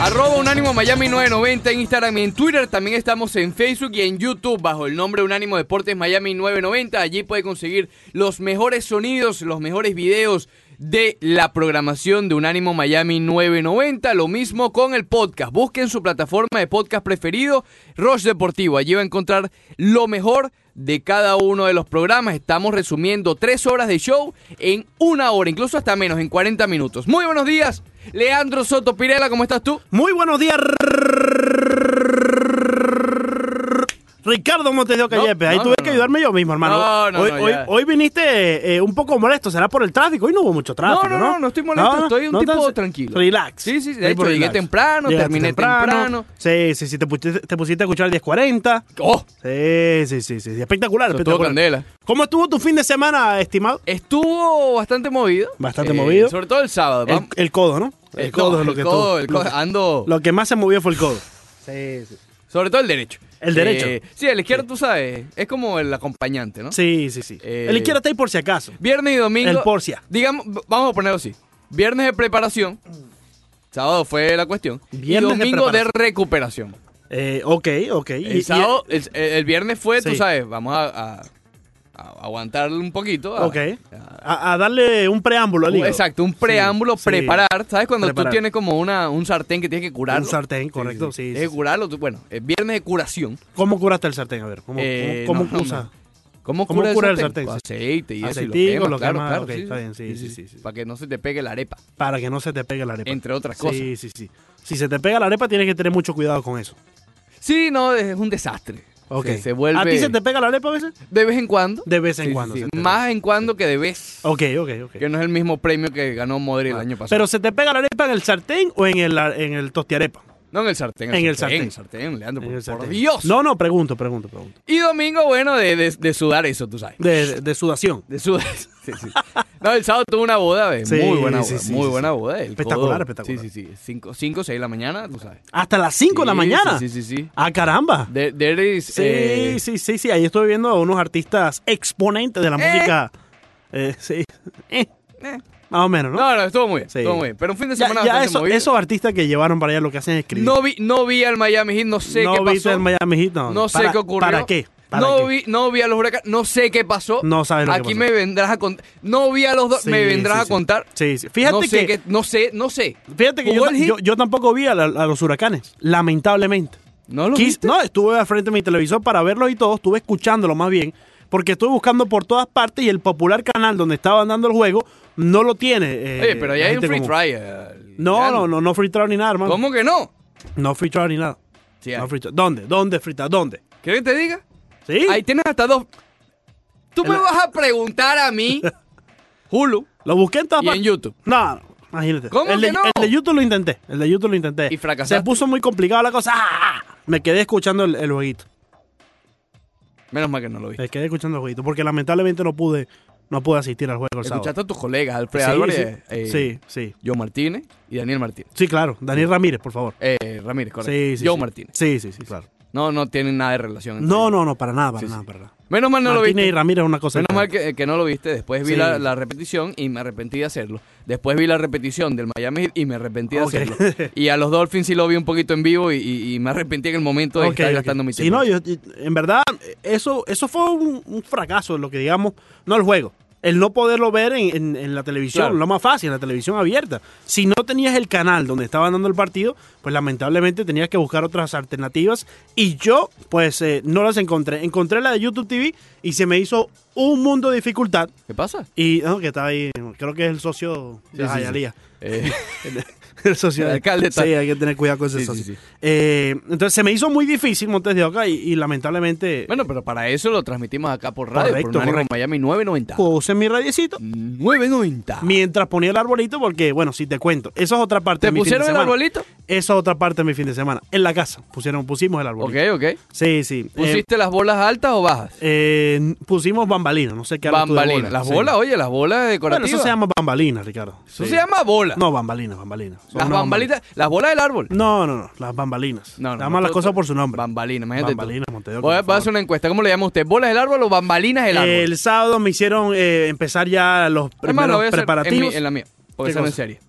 Arroba Unánimo Miami 990 en Instagram y en Twitter. También estamos en Facebook y en YouTube bajo el nombre Unánimo Deportes Miami 990. Allí puede conseguir los mejores sonidos, los mejores videos de la programación de Unánimo Miami 990. Lo mismo con el podcast. Busquen su plataforma de podcast preferido, Roche Deportivo. Allí va a encontrar lo mejor de cada uno de los programas. Estamos resumiendo tres horas de show en una hora, incluso hasta menos, en 40 minutos. Muy buenos días, Leandro Soto Pirela, ¿cómo estás tú? Muy buenos días. Ricardo Montes de Oca No, Yepes. ahí no, tuve no, que no. ayudarme yo mismo, hermano. No, no, hoy, no, hoy- ya. hoy viniste eh, un poco molesto, será por el tráfico. Hoy no hubo mucho tráfico. No, No, no, no, no estoy molesto, estoy un tipo estás- tranquilo. Relax. Sí, sí, de Tipo hecho, llegué temprano, terminé temprano. Sí, sí, sí, te pusiste, te pusiste a escuchar 1040. ¡Oh! Sí, sí, sí, sí, sí, espectacular. Eso espectacular. estuvo candela. ¿Cómo estuvo tu fin de semana, estimado? Estuvo bastante movido. Eh, Bastante movido. Sobre todo el sábado. El, Vam- el codo, ¿no? eh, El no, codo es lo el que codo, estuvo. el codo. Lo- Ando, Lo que más se movió fue el codo. Sí, sí. sobre todo el derecho. El derecho. Eh, sí, el izquierdo, tú sabes, es como el acompañante, ¿no? Sí, sí, sí. Eh, el izquierdo está ahí por si acaso. Viernes y domingo. El Porcia. Digamos, v- vamos a ponerlo así. Viernes de preparación. Sábado fue la cuestión. Viernes y de domingo de, preparación. recuperación. Eh, ok, ok. El sábado, el, el viernes fue, tú Sí. sabes, vamos a, a- a aguantar un poquito. a- ok. a- A, a darle un preámbulo al hígado. Uh, exacto, un preámbulo, Sí, sí. preparar. ¿Sabes cuando tú Preparar. tienes como una, un sartén que tienes que curarlo? Un sartén, correcto, sí, Tienes sí, que sí. curarlo. tú- bueno, el viernes de curación. ¿Cómo curaste el sartén? A ver, ¿cómo, Eh, cómo, no, cómo usa? no. ¿Cómo, ¿Cómo cura, cura el el sartén? sartén? Con Sí. aceite y eso. y Aceitico, quemas, lo claro, quemas, claro, ok, está bien, sí, sí, sí, sí. Para que no se te pegue la arepa, Para que no se te pegue la arepa. entre otras cosas. sí, sí, sí. Si se te pega la arepa, tienes que tener mucho cuidado con eso. Sí, no, es un desastre. Ok. Se, se vuelve ¿A ti se te pega la arepa a veces? de vez en cuando. De vez en Sí, sí, cuando. sí. se te Más en cuando que de vez. pega. Ok, ok, ok. Que no es el mismo premio que ganó Modri el año pasado. Pero se te pega la arepa en el sartén o en el, en el tostiarepa. no en el sartén. en el En el sartén. sartén, Leandro. En por, el por sartén. Dios. No, no, pregunto, pregunto, pregunto. Y domingo, bueno, de, de- de sudar eso, tú sabes. De, de- de sudación. De sudar. Sí, sí. No, el sábado tuve una boda, ve, Sí, muy buena sí, boda, sí, muy sí, buena sí. boda. el Espectacular, codo. espectacular. Sí, sí, sí. 5 cinco, 6 de la mañana, tú sabes. Hasta las 5 de la Sí, mañana. Sí, sí, sí. sí. Ah, caramba. There- there is, Sí, eh, sí, sí, sí. Ahí estoy viendo a unos artistas exponentes de la Eh. música. Eh, sí. Eh, Más o menos, ¿no? No, no, estuvo muy bien. Sí. Estuvo muy bien. Pero un fin de ya, semana ya bastante eso- movido. esos artistas que llevaron para allá lo que hacen es escribir. No vi, no vi al Miami Heat, no sé No qué viste pasó. el Miami Heat, no. No sé ¿Para- qué ocurrió. ¿Para qué? ¿Para no, qué? Vi, no vi a los huracanes, no sé qué pasó. No sabes lo que Aquí pasó. me vendrás a contar. No vi a los dos, Sí, me vendrás sí, a sí. contar. Sí, sí. Fíjate no sé que, qué- no sé, no sé. fíjate que ¿Jugó yo, el Heat? yo- yo tampoco vi a, la- a los huracanes, lamentablemente. ¿No lo Quis- viste? no, estuve al frente de mi televisor para verlos y todo, estuve escuchándolo más bien, porque estuve buscando por todas partes y el popular canal donde estaban dando el juego no lo tiene. eh, Oye, pero la ya hay un gente free común. trial. No, no, no, no free trial ni nada, hermano. ¿Cómo que no? No free trial ni nada. Sí, hay. No free trial. ¿Dónde? ¿Dónde free trial? ¿Dónde? ¿Quieres que te diga? ¿Sí? Ahí tienes hasta dos. Tú En me la- vas a preguntar a mí, Hulu Lo busqué en todas y en partes. YouTube. No, no, imagínate. ¿Cómo el, que de, no? el de YouTube lo intenté. El de YouTube lo intenté. Y fracasaste. Se puso muy complicado la cosa. ¡Ah! Me quedé escuchando el, el jueguito. Menos mal que no lo viste. Me quedé escuchando el jueguito. Porque lamentablemente no pude, no pude asistir al juego el sábado. Escuchaste a tus colegas, Alfred Sí, Álvarez, sí. eh, sí, sí. Joe Martínez y Daniel Martínez. Sí, claro. Daniel Ramírez, por favor. Eh, Ramírez, correcto. Sí, sí. Joe sí. Martínez. Sí, sí, sí, claro. No, no tienen nada de relación. entre No, ellos. no, no, para nada, para Sí, nada, sí. para nada. Menos mal no lo Martínez viste. y Ramírez es una cosa. Menos mal diferente. que, que no lo viste. Después vi Sí. la, la repetición y me arrepentí de hacerlo. Después vi la repetición del Miami Heat y me arrepentí de Ok. hacerlo. Y a los Dolphins sí lo vi un poquito en vivo y, y- y me arrepentí en el momento de Ok, estar ok. gastando mi Sí, tiempo. no, yo, yo- en verdad, eso, eso fue un, un fracaso, lo que digamos, no el juego. El no poderlo ver en, en- en la televisión, Claro. lo más fácil, en la televisión abierta. Si no tenías el canal donde estaban dando el partido, pues lamentablemente tenías que buscar otras alternativas. Y yo, pues, eh, no las encontré. Encontré la de YouTube TV y se me hizo un mundo de dificultad. ¿Qué pasa? Y, no, que está ahí, creo que es el socio de Sí, sí, sí. Jayalía. Eh, El socio El de- alcalde tal. Sí, hay que tener cuidado con ese Sí, sí, socio. sí. Eh, entonces se me hizo muy difícil Montes de Oca y, y lamentablemente bueno, pero para eso lo transmitimos acá por radio, por Correcto, Unánimo correcto. Miami 990. puse mi radiecito 990. mientras ponía el arbolito porque, bueno, si te cuento, eso es otra parte ¿Te de mi Este fin de pusieron el semana. arbolito? Eso es otra parte de mi fin de semana. En la casa pusieron, pusimos el Ok, arbolito. ok. Sí, sí. Eh, ¿Pusiste las bolas altas o bajas? eh, pusimos bambalinas, no sé qué hablas tú de Bambalinas. Las sí. bolas, oye, las bolas Bueno, decorativas. eso se llama bambalinas, Ricardo. Eso Sí. se llama bola. No, bambalinas, bambalinas. Son las unas bambalitas, las bolas del árbol. No, no, no, las bambalinas. No, no, Llaman no, las todo- cosas por su nombre. Bambalinas, imagínate. tú. Bambalinas, Montes de Oca, Voy a voy por a favor. hacer una encuesta. ¿Cómo le llama usted? ¿Bolas del árbol o bambalinas del árbol? El sábado me hicieron eh, empezar ya los Además, lo voy a primeros hacer en mi- preparativos. En, la mía, porque ¿Qué eso no es cosa? serie.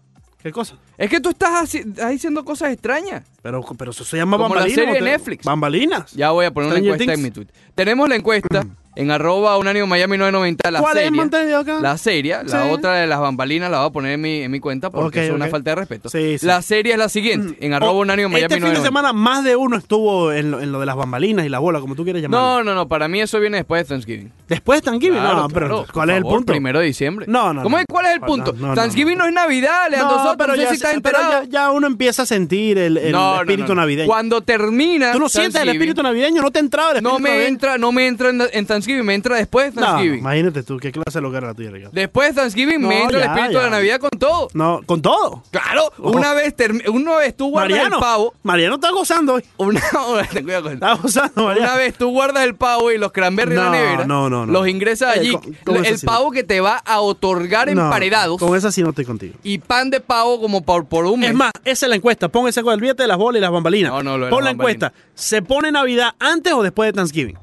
¿Qué cosa? Es que tú estás, así- estás diciendo cosas extrañas. Pero, pero eso se llama Como la bambalinas. serie de botella- Netflix. Bambalinas. Ya voy a poner una Stranger encuesta en Things. mi tweet. Tenemos la encuesta en arroba unánimo Miami 990. La ¿Cuál es serie. Montevideo acá? La serie, la Sí. otra de las bambalinas la voy a poner en mi, en mi cuenta porque Ok, es una ok. falta de respeto. Sí, sí. La serie es la siguiente, en arroba Oh, unánimo Miami Este fin de 990. semana más de uno estuvo en lo, en lo de las bambalinas y la bola, como tú quieres llamarlo. No, no, no, para mí eso viene después de Thanksgiving. Después de Thanksgiving. Claro, no, pero claro, ¿cuál por es el favor, punto? Primero de diciembre. No, no, ¿Cómo no. es cuál es el No, punto? no, no, Thanksgiving no, es Navidad, Leandro Soto, no sé si se- estás pero enterado. ya, ya uno empieza a sentir el, el No, no, espíritu no, no. navideño. Cuando termina ¿Tú no sientes el Thanksgiving, espíritu navideño? ¿No te ha entrado el espíritu No me navideño? entra, no me entra en, en Thanksgiving, me entra después de No, Thanksgiving. imagínate tú, qué clase de hogar era la tuya, Ricardo. después de Thanksgiving me No, entra el ya, espíritu de ya. Navidad con todo. No, con todo. Claro, Oh. una vez termi- una vez tú guardas Mariano, el pavo, Mariano está gozando hoy. una, ten cuidado con- Está gozando, Mariano. una vez tú guardas el pavo y los cranberries en No, la nevera, no, no, no. los ingresas Eh, allí, con- con el eso sí no. pavo que te va a otorgar No, emparedados Con esa sí no estoy contigo. y pan de pavo como por, por un mes. Es más, esa es la encuesta. Pon esa encuesta. Olvídate de las bolas y las bambalinas. No, no, lo de Pon las la encuesta. ¿Se pone Navidad antes o después de Thanksgiving?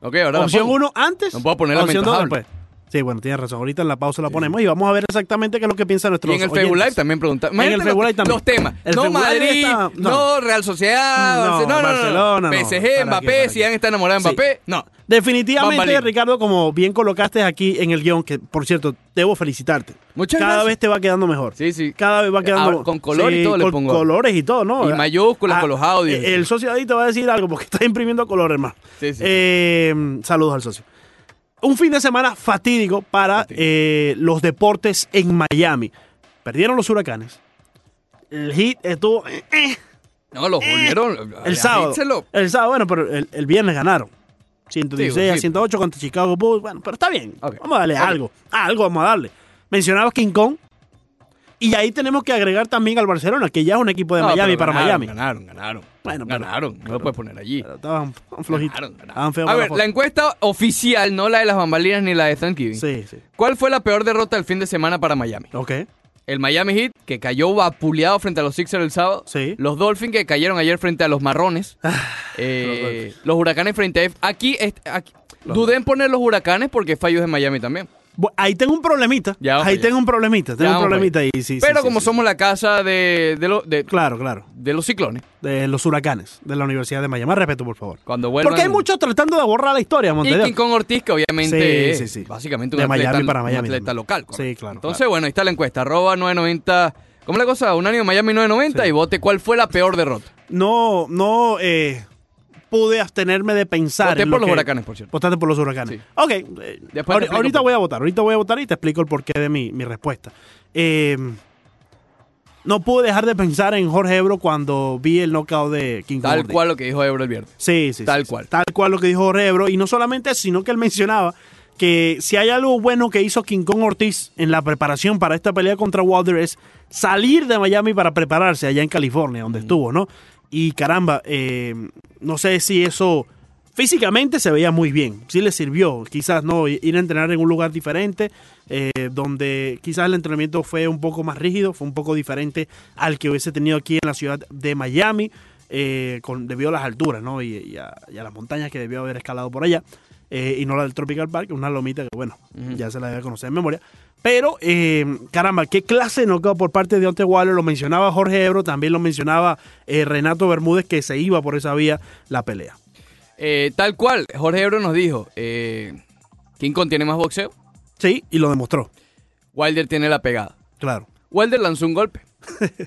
Ok, ahora la Opción pongo. 1 antes. No puedo poner opción dos lamentable. después. Sí, bueno, tienes razón. Ahorita en la pausa la ponemos y vamos a ver exactamente qué es lo que piensan nuestros Y en el Facebook Live oyentes. también preguntamos. En el Facebook Live también. Los temas. El no Facebook Live Madrid, está- no. no. Real Sociedad, No, Barcelona, no, no, no, Barcelona, no. ¿Para PSG, qué, para Mbappé, qué? si han está enamorado de Sí. Mbappé. No. Definitivamente, Bambalina. Ricardo, como bien colocaste aquí en el guión, que por cierto, debo felicitarte. Muchas Cada gracias. vez te va quedando mejor. Sí, sí. Cada vez va quedando Ahora, con color y todo le con pongo. colores y todo, ¿no? Y mayúsculas, con los audios. eh, El socio ahí te va a decir algo porque está imprimiendo color, hermano. Sí, sí. Eh, saludos al socio. Un fin de semana fatídico para Fatídico. eh, los deportes en Miami. Perdieron los huracanes. El hit estuvo... eh, eh. No, los volvieron. El sábado. Se lo- El sábado, bueno, pero el, el viernes ganaron. 116 Digo, a sí. 108 contra Chicago Bulls. Bueno, pero está bien. Ok. Vamos a darle Ok. algo. Algo vamos a darle. Mencionabas King Kong. Y ahí tenemos que agregar también al Barcelona, que ya es un equipo de No, pero Miami para ganaron, Miami. Ganaron, ganaron. Bueno, pero- ganaron. No lo pero- puedes poner allí. Pero estaban estaban flojitos. Ganaron, ganaron. Estaban feos A para ver, la la foto. encuesta oficial, no la de las bambalinas ni la de Thanksgiving. Sí, sí. ¿Cuál fue la peor derrota del fin de semana para Miami? Ok. El Miami Heat, que cayó vapuleado frente a los Sixers el sábado. Sí. Ah, Los Dolphins, que cayeron ayer frente a los Marrones. Eh, los los, Dolphins. Huracanes frente a... F- Aquí, es- aquí- Los dudé en poner los Huracanes porque hay fallos de Miami también. Bu- ahí tengo un problemita. Ya vamos ahí allá. tengo un problemita. Ya Tengo un vamos problemita allá. ahí. Sí, sí, Pero sí, como sí. somos la casa de, de, lo- de- Claro, claro. de los ciclones, De los huracanes de la Universidad de Miami. Más respeto, por favor. cuando vuelvan... Porque hay muchos tratando de borrar la historia, Y Montevideo. King Kong Ortiz, que obviamente Sí, sí, es sí. básicamente un De atleta, Miami para un Miami atleta también. local. correcto. Sí, claro, Entonces, claro. bueno, ahí está la encuesta. Arroba 990... ¿Cómo es la cosa? Un año Miami 990 Sí. y vote cuál fue la peor derrota. no, no eh, pude abstenerme de pensar. Voté en por lo los que- huracanes, por cierto. Votaste por los Sí. huracanes. Ok, eh, te ahori- explico ahorita por- voy a votar, ahorita voy a votar y te explico el porqué de mi, mi respuesta. Eh, no pude dejar de pensar en Jorge Ebro cuando vi el knockout de King Tal Kong. cual lo que dijo Ebro el viernes. Sí, sí. Tal sí, sí. cual. Tal cual lo que dijo Rebro. Y no solamente eso, sino que él mencionaba que si hay algo bueno que hizo King Kong Ortiz en la preparación para esta pelea contra Wilder es salir de Miami para prepararse allá en California, donde estuvo, ¿no? Y caramba, eh, no sé si eso físicamente se veía muy bien, sí le sirvió, quizás no I- ir a entrenar en un lugar diferente, eh, donde quizás el entrenamiento fue un poco más rígido, fue un poco diferente al que hubiese tenido aquí en la ciudad de Miami, eh, con, debido a las alturas, ¿no? Y, y a, y a las montañas que debió haber escalado por allá, eh, y no la del Tropical Park, una lomita que, bueno, ya se la debe conocer en memoria. Pero, eh, caramba, qué clase de knockout por parte de Deontay Waller. Lo mencionaba Jorge Ebro, también lo mencionaba eh, Renato Bermúdez, que se iba por esa vía la pelea. Eh, tal cual, Jorge Ebro nos dijo, eh, King Kong tiene más boxeo, Sí, y lo demostró. Wilder tiene la pegada. Claro. Wilder lanzó un golpe.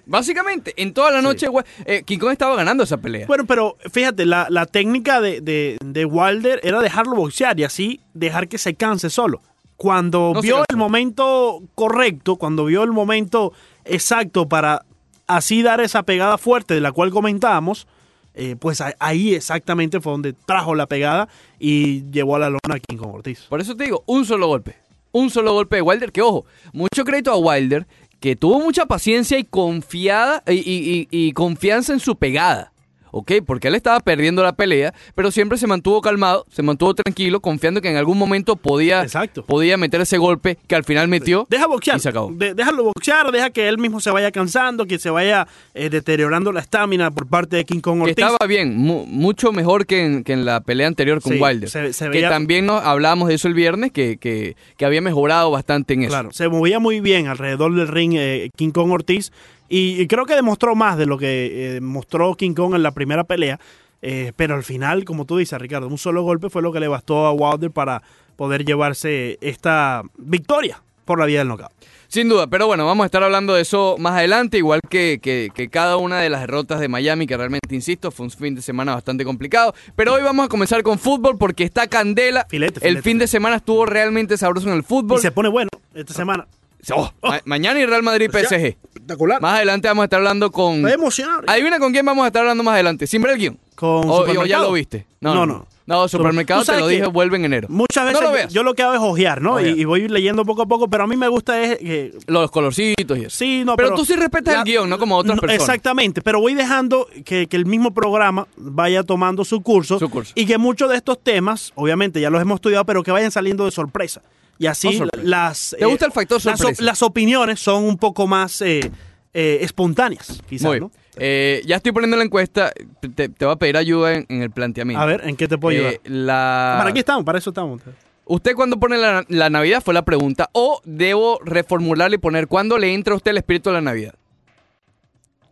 Básicamente, en toda la noche, Wa- eh, King Kong estaba ganando esa pelea. Bueno, pero fíjate, la, la técnica de, de, de Wilder era dejarlo boxear y así dejar que se canse solo. Cuando No se vio cansó. el momento correcto, cuando vio el momento exacto para así dar esa pegada fuerte de la cual comentábamos, eh, pues a- ahí exactamente fue donde trajo la pegada y llevó a la lona a King Kong Ortiz. Por eso te digo, un solo golpe. Un solo golpe de Wilder, que ojo, mucho crédito a Wilder, que tuvo mucha paciencia y confiada y, y- y- y confianza en su pegada. ¿ok? Porque él estaba perdiendo la pelea, pero siempre se mantuvo calmado, se mantuvo tranquilo, confiando que en algún momento podía, Exacto. podía meter ese golpe que al final metió. Deja boxear. Y se acabó. De- déjalo boxear, deja que él mismo se vaya cansando, que se vaya eh, deteriorando la estamina por parte de King Kong Que Ortiz. estaba bien, mu- mucho mejor que en, que en la pelea anterior con Sí, Wilder. se- se que veía- también nos hablábamos de eso el viernes, que, que, que había mejorado bastante en eso. Claro, se movía muy bien alrededor del ring eh, King Kong Ortiz y, y creo que demostró más de lo que eh, mostró King Kong en la primera pelea, eh, pero al final, como tú dices Ricardo, un solo golpe fue lo que le bastó a Wilder para poder llevarse esta victoria por la vía del knockout. Sin duda, pero bueno, vamos a estar hablando de eso más adelante, igual que, que- que cada una de las derrotas de Miami, que realmente, insisto, fue un fin de semana bastante complicado. Pero hoy vamos a comenzar con fútbol porque está Candela. Filete, el filete, fin de semana estuvo realmente sabroso en el Y fútbol. se pone bueno esta semana. Oh, ma- mañana y Real Madrid PSG. Espectacular. Más adelante vamos a estar hablando con... Está emocionado. Adivina con quién vamos a estar hablando más adelante. Sin ver el guión. Con O- o Oh, ya Supermercado. lo viste. No, no. No, No, no. supermercado te Tú sabes lo que dije, vuelve en enero. No Muchas veces lo veas. yo lo que hago es ojear, ¿no? Ojear. Y, y voy leyendo poco a poco, pero a mí me gusta es que Los colorcitos y eso. Sí, no, pero, pero, tú sí respetas la- el guión, no como otras No, personas. Exactamente, pero voy dejando que, que el mismo programa vaya tomando su curso, Su curso. y que muchos de estos temas, obviamente ya los hemos estudiado, pero que vayan saliendo de sorpresa. Y así Oh, sorpresa. las... eh, ¿Te gusta el factor las op- sorpresa? Las, opiniones son un poco más eh, eh, espontáneas, Muy quizás, bien. ¿no? Eh, ya estoy poniendo la encuesta. Te, te voy a pedir ayuda en, en el planteamiento. A ver, ¿en qué te puedo Eh, ayudar? la... Para aquí estamos, para eso estamos. ¿Usted cuándo pone la, la Navidad? Fue la pregunta. ¿O debo reformularla y poner cuándo le entra a usted el espíritu de la Navidad?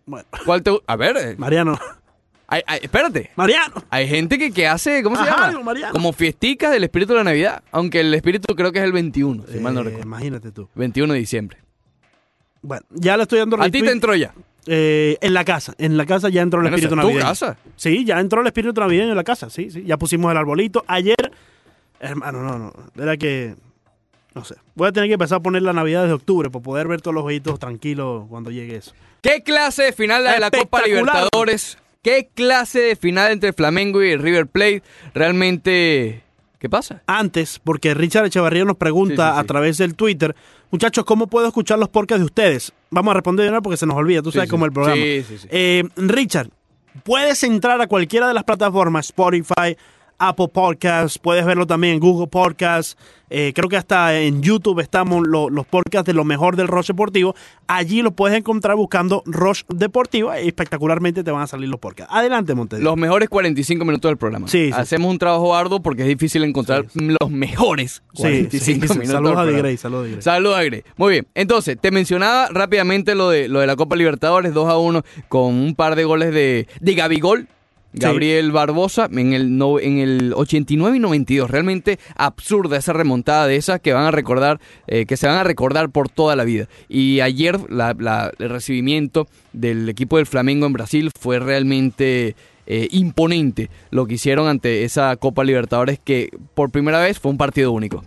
Bueno, ¿Cuál te... A ver, eh, Mariano, hay- hay- espérate. Mariano. Hay gente que, que hace, ¿cómo se Ajá, llama? algo, Mariano. Como fiesticas del espíritu de la Navidad. Aunque el espíritu creo que es el 21, si mal no Eh, recuerdo. imagínate tú. 21 de diciembre. Bueno, ya le estoy dando A ti te retweet, entró ya. eh, en la casa, en la casa ya entró el Bueno, espíritu esa es tu navideño. casa. Sí, ya entró el espíritu navideño en la casa, sí, sí. Ya pusimos el arbolito. Ayer, hermano, no, no, era que, no sé. Voy a tener que empezar a poner la Navidad desde octubre para poder ver todos los ojitos tranquilos cuando llegue eso. ¿Qué clase de final la de la Copa Espectacular. Libertadores? ¿Qué clase de final entre Flamengo y River Plate? Realmente, ¿qué pasa? Antes, porque Richard Echevarría nos pregunta Sí, sí, sí. a través del Twitter, muchachos, ¿cómo puedo escuchar los podcasts de ustedes? Vamos a responder de una vez porque se nos olvida, tú Sí, sabes sí. cómo es el programa. Sí, sí, sí. Eh, Richard, puedes entrar a cualquiera de las plataformas, Spotify, Apple Podcasts, puedes verlo también en Google Podcasts, eh, creo que hasta en YouTube estamos lo- los podcasts de lo mejor del Roche Deportivo, allí los puedes encontrar buscando Roche Deportivo y espectacularmente te van a salir los podcasts. Adelante, Montes. Los mejores 45 minutos del programa. Sí, sí. Hacemos un trabajo arduo porque es difícil encontrar los mejores Sí, 45 sí, sí, sí. minutos. Saludos del a Di programa. Grey, saludos a Di Grey. Saludos a Di Grey. Muy bien. Entonces, te mencionaba rápidamente lo de, lo de la Copa Libertadores 2 a 1 con un par de goles de, de Gabigol. Gabriel Barbosa en el, no- en el 89 y 92. Realmente absurda esa remontada de esas que van a recordar, eh, que se van a recordar por toda la vida. Y ayer la- la- el recibimiento del equipo del Flamengo en Brasil fue realmente eh, imponente lo que hicieron ante esa Copa Libertadores que por primera vez fue un partido único.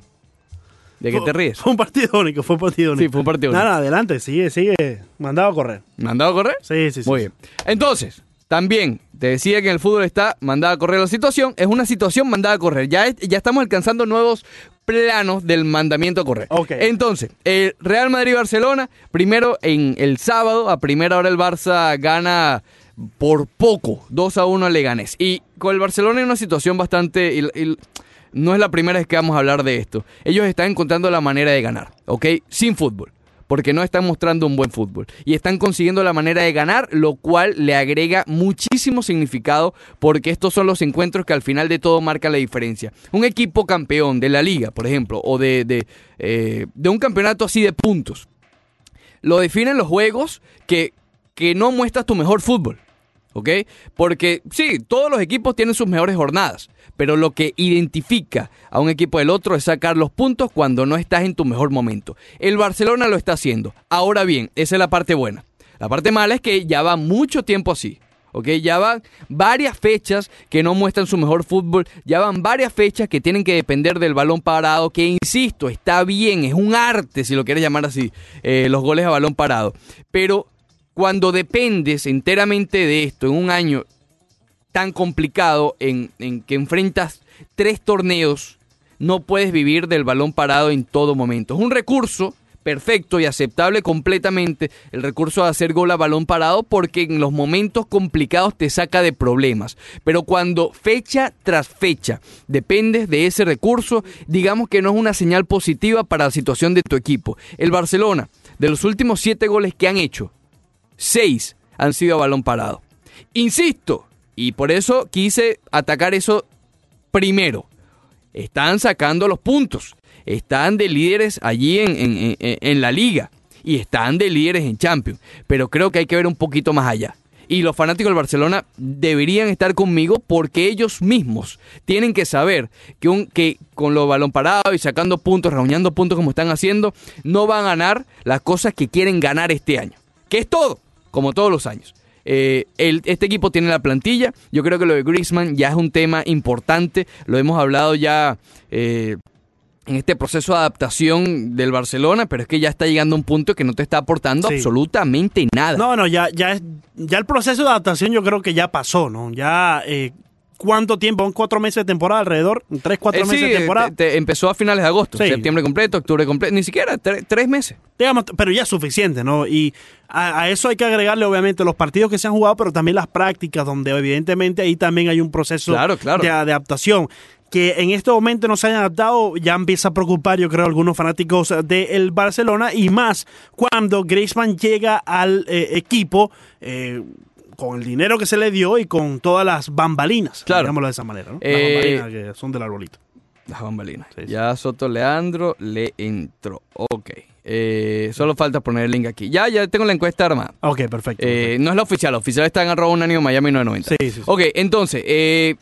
¿De qué Fue- te ríes? Fue un partido único, fue un partido único. Sí, fue un partido Nada, adelante, sigue, sigue. Mandado a correr. ¿Mandado a correr? Sí, sí, sí. Muy bien. Entonces, también te decía que en el fútbol está mandada a correr la situación. Es una situación mandada a correr. Ya, es- ya estamos alcanzando nuevos planos del mandamiento a correr. Ok. Entonces, el Real Madrid-Barcelona, primero en el sábado, a primera hora el Barça gana por poco, 2 a 1 al Leganés. Y con el Barcelona en una situación bastante... y- y- no es la primera vez que vamos a hablar de esto. Ellos están encontrando la manera de ganar, ¿ok? Sin fútbol. Porque no están mostrando un buen fútbol. Y están consiguiendo la manera de ganar, lo cual le agrega muchísimo significado porque estos son los encuentros que al final de todo marcan la diferencia. Un equipo campeón de la liga, por ejemplo, o de, de, eh, de un campeonato así de puntos, lo definen los juegos que, que no muestras tu mejor fútbol. ¿Ok? Porque sí, todos los equipos tienen sus mejores jornadas, pero lo que identifica a un equipo del otro es sacar los puntos cuando no estás en tu mejor momento. El Barcelona lo está haciendo. Ahora bien, esa es la parte buena. La parte mala es que ya va mucho tiempo así. ¿Ok? Ya van varias fechas que no muestran su mejor fútbol. Ya van varias fechas que tienen que depender del balón parado. Que insisto, está bien, es un arte, si lo quieres llamar así, eh, los goles a balón parado. Pero cuando dependes enteramente de esto en un año tan complicado en, en que enfrentas tres torneos, no puedes vivir del balón parado en todo momento. Es un recurso, perfecto y aceptable completamente el recurso de hacer gol a balón parado porque en los momentos complicados te saca de problemas. Pero cuando fecha tras fecha dependes de ese recurso, digamos que no es una señal positiva para la situación de tu equipo. El Barcelona, de los últimos siete goles que han hecho, seis han sido a balón parado. Insisto, y por eso quise atacar eso primero. Están sacando los puntos están de líderes allí en, en, en, en, la liga y están de líderes en Champions. Pero creo que hay que ver un poquito más allá. Y los fanáticos del Barcelona deberían estar conmigo porque ellos mismos tienen que saber que, un, que con los balón parado y sacando puntos, reuniendo puntos como están haciendo, no van a ganar las cosas que quieren ganar este año. Que es todo, como todos los años. Eh, el, este equipo tiene la plantilla. Yo creo que lo de Griezmann ya es un tema importante. Lo hemos hablado ya. Eh, en este proceso de adaptación del Barcelona, pero es que ya está llegando a un punto que no te está aportando sí. absolutamente nada. No, no, ya, ya, es, ya el proceso de adaptación yo creo que ya pasó, ¿no? Ya, eh, ¿cuánto tiempo? ¿Un cuatro meses de temporada alrededor? ¿Tres, cuatro eh, meses sí, de temporada? Te, te empezó a finales de agosto, sí. septiembre completo, octubre completo, ni siquiera tre, tres meses. Digamos, pero ya es suficiente, ¿no? Y a, a, eso hay que agregarle, obviamente, los partidos que se han jugado, pero también las prácticas, donde evidentemente ahí también hay un proceso claro, claro. De, de adaptación que en este momento no se hayan adaptado ya empieza a preocupar, yo creo, a algunos fanáticos del de Barcelona y más cuando Griezmann llega al eh, equipo. Eh, con el dinero que se le dio y con todas las bambalinas, claro. digámoslo de esa manera, ¿no? Eh, las bambalinas que son del arbolito. Las bambalinas. Sí, sí. Ya Soto Leandro le entró. Ok. Eh, solo falta poner el link aquí. Ya, ya tengo la encuesta armada. Ok, perfecto. perfecto. No es la oficial, la oficial está en arroba unánimo Miami 990. Sí, sí, sí. eh, Ok, entonces, eh,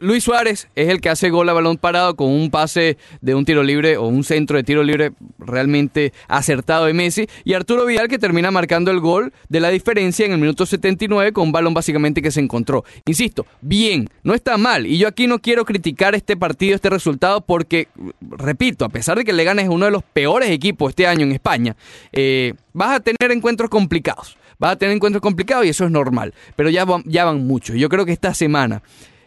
Luis Suárez es el que hace gol a balón parado con un pase de un tiro libre o un centro de tiro libre realmente acertado de Messi. Y Arturo Vidal que termina marcando el gol de la diferencia en el minuto 79 con un balón básicamente que se encontró. Insisto, bien, no está mal. Y yo aquí no quiero criticar este partido, este resultado, porque, repito, a pesar de que le ganes uno de los peores equipos este año en España, eh, vas a tener encuentros complicados. Vas a tener encuentros complicados y eso es normal. Pero ya van, ya van muchos. Yo creo que esta semana...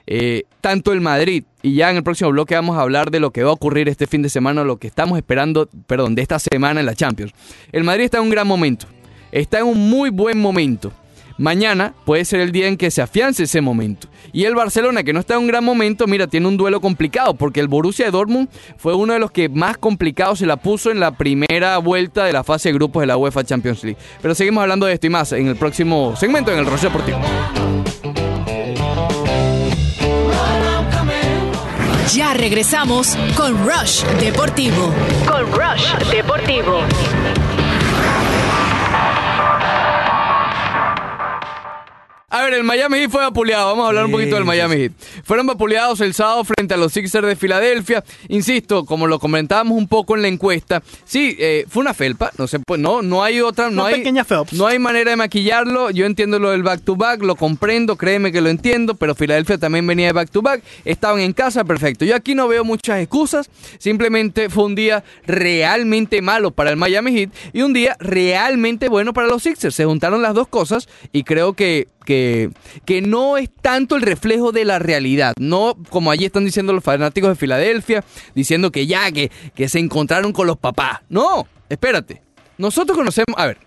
Eh, tanto el Madrid, y ya en el próximo bloque vamos a hablar de lo que va a ocurrir este fin de semana, lo que estamos esperando, perdón, de esta semana en la Champions. El Madrid está en un gran momento, está en un muy buen momento. Mañana puede ser el día en que se afiance ese momento. Y el Barcelona, que no está en un gran momento, mira, tiene un duelo complicado, porque el Borussia Dortmund fue uno de los que más complicado se la puso en la primera vuelta de la fase de grupos de la UEFA Champions League. Pero seguimos hablando de esto y más en el próximo segmento en el Roche Deportivo. Ya regresamos con Rush Deportivo. Con Rush Deportivo. A ver, el Miami Heat fue vapuleado. Vamos a hablar un poquito del Miami Heat. Fueron vapuleados el sábado frente a los Sixers de Filadelfia. Insisto, como lo comentábamos un poco en la encuesta, sí, eh, fue una felpa. No sé, pues no, no hay otra, no una hay pequeña Phelps. no hay manera de maquillarlo. Yo entiendo lo del back to back, lo comprendo, créeme que lo entiendo. Pero Filadelfia también venía de back to back. Estaban en casa, perfecto. Yo aquí no veo muchas excusas. Simplemente fue un día realmente malo para el Miami Heat y un día realmente bueno para los Sixers. Se juntaron las dos cosas y creo que que, que, no es tanto el reflejo de la realidad. No como allí están diciendo los fanáticos de Filadelfia, diciendo que ya, que, que se encontraron con los papás. No, espérate. Nosotros conocemos, a ver,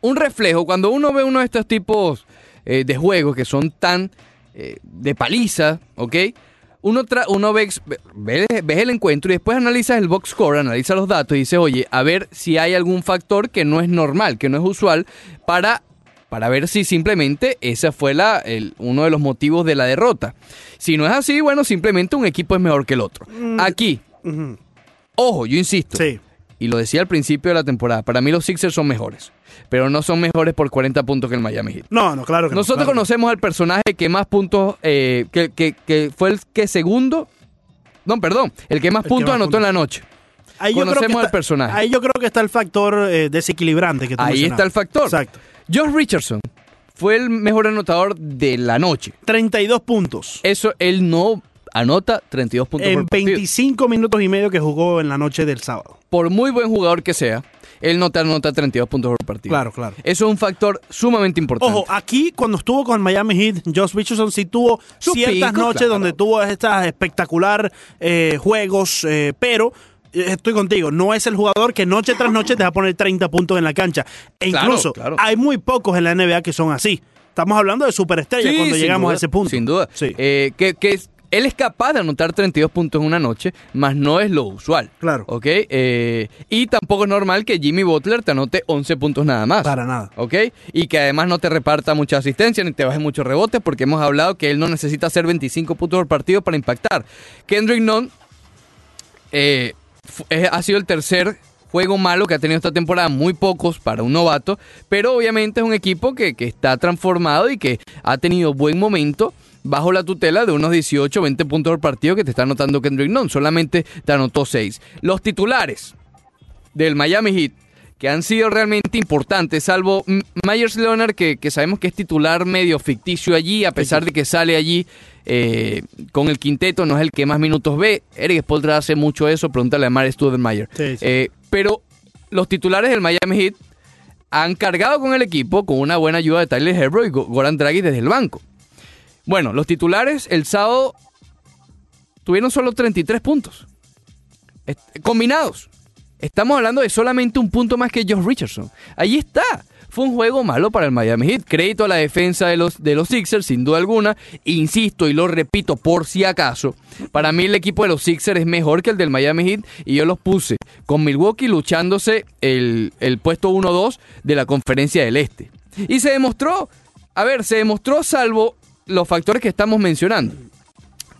un reflejo, cuando uno ve uno de estos tipos eh, de juegos que son tan eh, de paliza, ¿ok? Uno, tra uno ve, ve, ve, el encuentro y después analizas el box score, analiza los datos y dices, oye, a ver si hay algún factor que no es normal, que no es usual para para ver si simplemente ese fue la, el, uno de los motivos de la derrota. Si no es así, bueno, simplemente un equipo es mejor que el otro. Aquí, uh -huh. ojo, yo insisto, sí. y lo decía al principio de la temporada, para mí los Sixers son mejores, pero no son mejores por 40 puntos que el Miami Heat. No, no, claro que Nosotros no, claro. conocemos al personaje que más puntos, eh, que, que, que, fue el que segundo, no, perdón, el que más el puntos que más anotó punto. en la noche. Ahí Conocemos yo creo está, al personaje. Ahí yo creo que está el factor eh, desequilibrante que tú Ahí mencionabas. está el factor. Exacto. Josh Richardson fue el mejor anotador de la noche. 32 puntos. Eso él no anota 32 puntos en por partido. 25 minutos y medio que jugó en la noche del sábado. Por muy buen jugador que sea, él no te anota 32 puntos por partido. Claro, claro. Eso es un factor sumamente importante. Ojo, aquí cuando estuvo con Miami Heat, Josh Richardson sí tuvo Su ciertas pico, noches claro. donde tuvo estas espectacular eh, juegos, eh, pero estoy contigo, no es el jugador que noche tras noche te va a poner 30 puntos en la cancha. E Claro, incluso claro. hay muy pocos en la NBA que son así. Estamos hablando de superestrellas Sí, cuando sin llegamos duda, a ese punto. Sin duda. Sí. Eh, que, que es- él es capaz de anotar 32 puntos en una noche, más no es lo usual. Claro. ¿Ok? Eh, y tampoco es normal que Jimmy Butler te anote 11 puntos nada más. Para nada. ¿Ok? Y que además no te reparta mucha asistencia ni te baje muchos rebotes, porque hemos hablado que él no necesita hacer 25 puntos por partido para impactar. Kendrick Nunn eh, fu- eh, ha sido el tercer juego malo que ha tenido esta temporada, muy pocos para un novato, pero obviamente es un equipo que, que está transformado y que ha tenido buen momento bajo la tutela de unos 18 20 puntos por partido que te está anotando Kendrick Nunn, solamente te anotó 6. Los titulares del Miami Heat, que han sido realmente importantes, salvo M- Myers Leonard, que, que sabemos que es titular medio ficticio allí, a pesar de que sale allí eh, con el quinteto, no es el que más minutos ve. Eric Spoltra hace mucho eso, pregúntale a Mar Studermeyer. Sí, sí. Eh, pero los titulares del Miami Heat han cargado con el equipo con una buena ayuda de Tyler Herro y Go- Goran Dragic desde el banco. Bueno, los titulares el sábado tuvieron solo 33 puntos. Est- combinados. Estamos hablando de solamente un punto más que Josh Richardson. Ahí está. Fue un juego malo para el Miami Heat. Crédito a la defensa de los, de los Sixers, sin duda alguna. Insisto y lo repito por si acaso. Para mí el equipo de los Sixers es mejor que el del Miami Heat y yo los puse con Milwaukee luchándose el, el puesto 1-2 de la conferencia del Este. Y se demostró, a ver, se demostró salvo los factores que estamos mencionando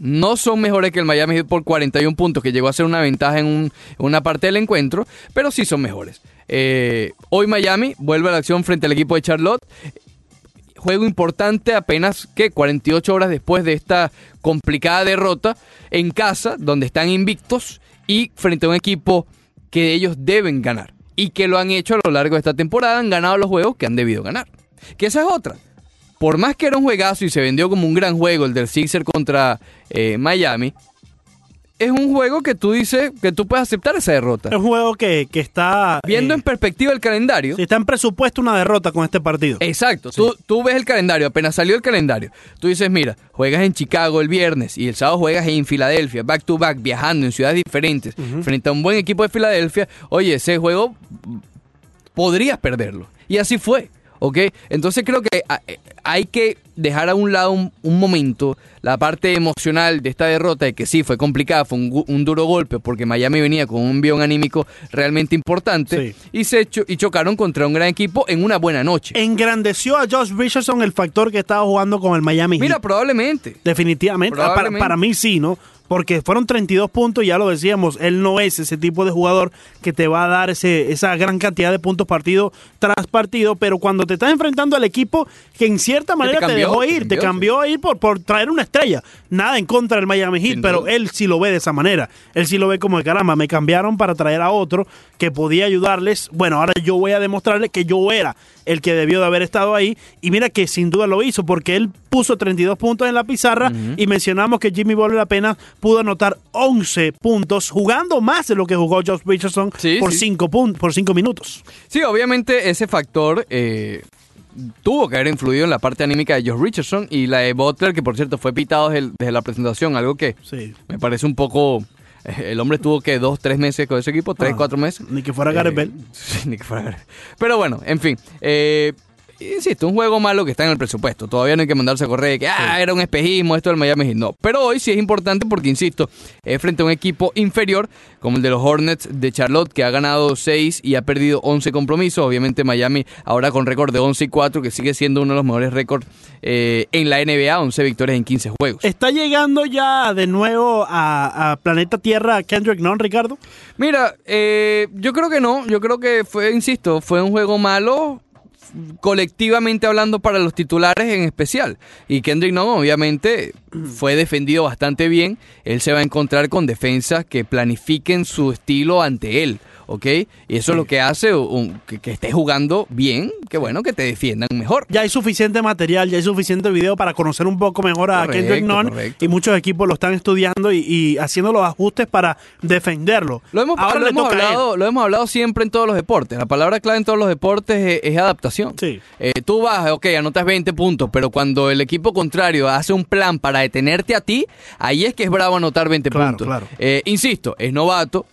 no son mejores que el Miami Heat por 41 puntos, que llegó a ser una ventaja en un- una parte del encuentro, pero sí son mejores. Eh, hoy Miami vuelve a la acción frente al equipo de Charlotte. Juego importante apenas que 48 horas después de esta complicada derrota en casa, donde están invictos y frente a un equipo que ellos deben ganar y que lo han hecho a lo largo de esta temporada, han ganado los juegos que han debido ganar. Que esa es otra por más que era un juegazo y se vendió como un gran juego el del Sixer contra eh, Miami, es un juego que tú dices que tú puedes aceptar esa derrota. Es un juego que, que está. Viendo eh, en perspectiva el calendario. si está en presupuesto una derrota con este partido. Exacto, tú, tú ves el calendario, apenas salió el calendario. Tú dices, mira, juegas en Chicago el viernes y el sábado juegas en Filadelfia, back to back, viajando en ciudades diferentes, frente a un buen equipo de Filadelfia. Oye, ese juego podrías perderlo. Y así fue, ¿ok? Entonces creo que a- eh, hay que dejar a un lado un, un momento la parte emocional de esta derrota, de que sí, fue complicada, fue un, gu- un duro golpe, porque Miami venía con un envión anímico realmente importante, Sí. y, se cho- y chocaron contra un gran equipo en una buena noche. Engrandeció a Josh Richardson el factor que estaba jugando con el Miami. Mira, Heat. probablemente. Definitivamente. Ah, Para, Probablemente. para mí sí, ¿no? Porque fueron 32 puntos, ya lo decíamos, él no es ese tipo de jugador que te va a dar ese, esa gran cantidad de puntos partido tras partido, pero cuando te estás enfrentando al equipo que en cierta manera te, cambió, dejó te ir, te cambió, cambió a ir por, por traer una estrella, nada en contra del Miami Heat, Sin pero duda. él sí lo ve de esa manera, él sí lo ve como, caramba, me cambiaron para traer a otro que podía ayudarles, bueno, ahora yo voy a demostrarles que yo era el que debió de haber estado ahí, y mira que sin duda lo hizo, porque él puso 32 puntos en la pizarra, y mencionamos que Jimmy Butler apenas pudo anotar 11 puntos, jugando más de lo que jugó Josh Richardson Sí, por sí. 5 por cinco minutos. Sí, obviamente ese factor eh, tuvo que haber influido en la parte anímica de Josh Richardson y la de Butler, que por cierto fue pitado desde, desde la presentación, algo que Sí. me parece un poco... eh, El hombre tuvo que dos, tres meses con ese equipo, tres, Ah, cuatro meses. ni que fuera Gareth Bale. Eh, sí, ni que fuera Gareth. Pero bueno, en fin. eh, insisto, un juego malo que está en el presupuesto. Todavía no hay que mandarse a correr de que ah, era un espejismo esto del Miami Heat. No, pero hoy sí es importante porque, insisto, es frente a un equipo inferior como el de los Hornets de Charlotte que ha ganado 6 y ha perdido 11 compromisos. Obviamente Miami ahora con récord de 11 y 4 que sigue siendo uno de los mejores récords eh, en la NBA, 11 victorias en 15 juegos. ¿Está llegando ya de nuevo a, a Planeta Tierra Kendrick Nunn, Ricardo? Mira, eh, yo creo que no. Yo creo que fue, insisto, fue un juego malo colectivamente hablando para los titulares en especial. Y Kendrick Nunn obviamente fue defendido bastante bien. Él se va a encontrar con defensas que planifiquen su estilo ante él. ¿Ok? Y eso es lo que hace un- que, que esté jugando bien, que bueno, que te defiendan mejor. ya hay suficiente material, ya hay suficiente video para conocer un poco mejor a Correcto, Kendrick Nunn correcto. y muchos equipos lo están estudiando y, y haciendo los ajustes para defenderlo. Lo hemos, Ahora lo le hemos toca a él. hablado, lo hemos hablado siempre en todos los deportes. La palabra clave en todos los deportes es, es adaptación. Sí. Eh, tú vas, ok, anotas 20 puntos, pero cuando el equipo contrario hace un plan para detenerte a ti, ahí es que es bravo anotar 20 Claro, puntos. claro. Eh, insisto, es novato.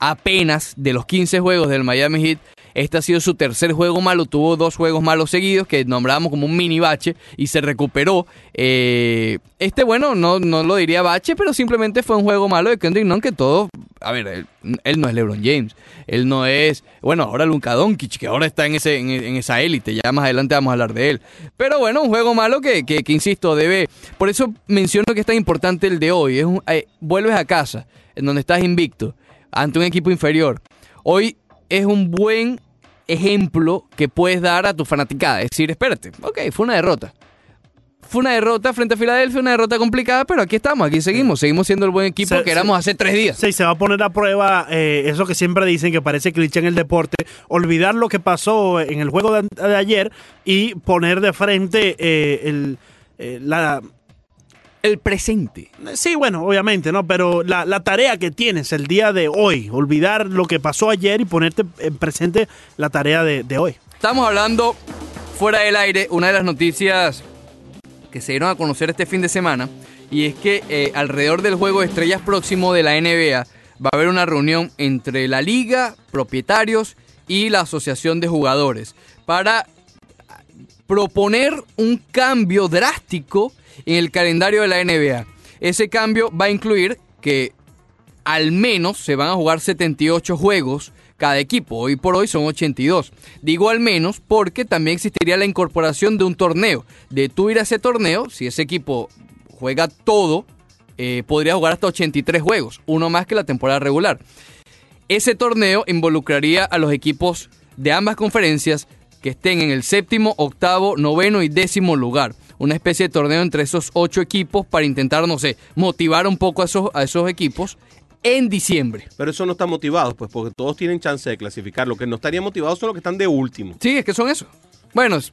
apenas de los 15 juegos del Miami Heat. Este ha sido su tercer juego malo, tuvo dos juegos malos seguidos que nombrábamos como un mini bache y se recuperó. Eh, este, bueno, no, no lo diría bache, pero simplemente fue un juego malo de Kendrick Nunn que todo... A ver, él, él no es LeBron James, él no es... Bueno, ahora Luka Doncic, que ahora está en, ese, en, en esa élite, ya más adelante vamos a hablar de él. Pero bueno, un juego malo que, que, que insisto, debe... Por eso menciono que es tan importante el de hoy. Es un- eh, vuelves a casa, en donde estás invicto, ante un equipo inferior. Hoy es un buen ejemplo que puedes dar a tu fanaticada. Es decir, espérate, ok, fue una derrota. Fue una derrota frente a Filadelfia, una derrota complicada, pero aquí estamos, aquí seguimos, seguimos siendo el buen equipo Se- que éramos hace tres días. Sí, se va a poner a prueba eh, eso que siempre dicen, que parece cliché en el deporte, olvidar lo que pasó en el juego de, de ayer y poner de frente eh, el, eh, la... El presente. Sí, bueno, obviamente, ¿no? Pero la, la tarea que tienes el día de hoy, olvidar lo que pasó ayer y ponerte en presente la tarea de, de hoy. Estamos hablando fuera del aire, una de las noticias que se dieron a conocer este fin de semana, y es que eh, alrededor del juego de estrellas próximo de la NBA va a haber una reunión entre la liga, propietarios y la asociación de jugadores para proponer un cambio drástico en el calendario de la NBA. Ese cambio va a incluir que al menos se van a jugar 78 juegos cada equipo. Hoy por hoy son 82. Digo al menos porque también existiría la incorporación de un torneo. De tú ir a ese torneo, si ese equipo juega todo, eh, podría jugar hasta 83 juegos, uno más que la temporada regular. Ese torneo involucraría a los equipos de ambas conferencias que estén en el séptimo, octavo, noveno y décimo lugar. Una especie de torneo entre esos ocho equipos para intentar, no sé, motivar un poco a esos, a esos equipos en diciembre. Pero eso no está motivado, pues, porque todos tienen chance de clasificar. Lo que no estaría motivado son los que están de último. Sí, es que son eso. Bueno, s-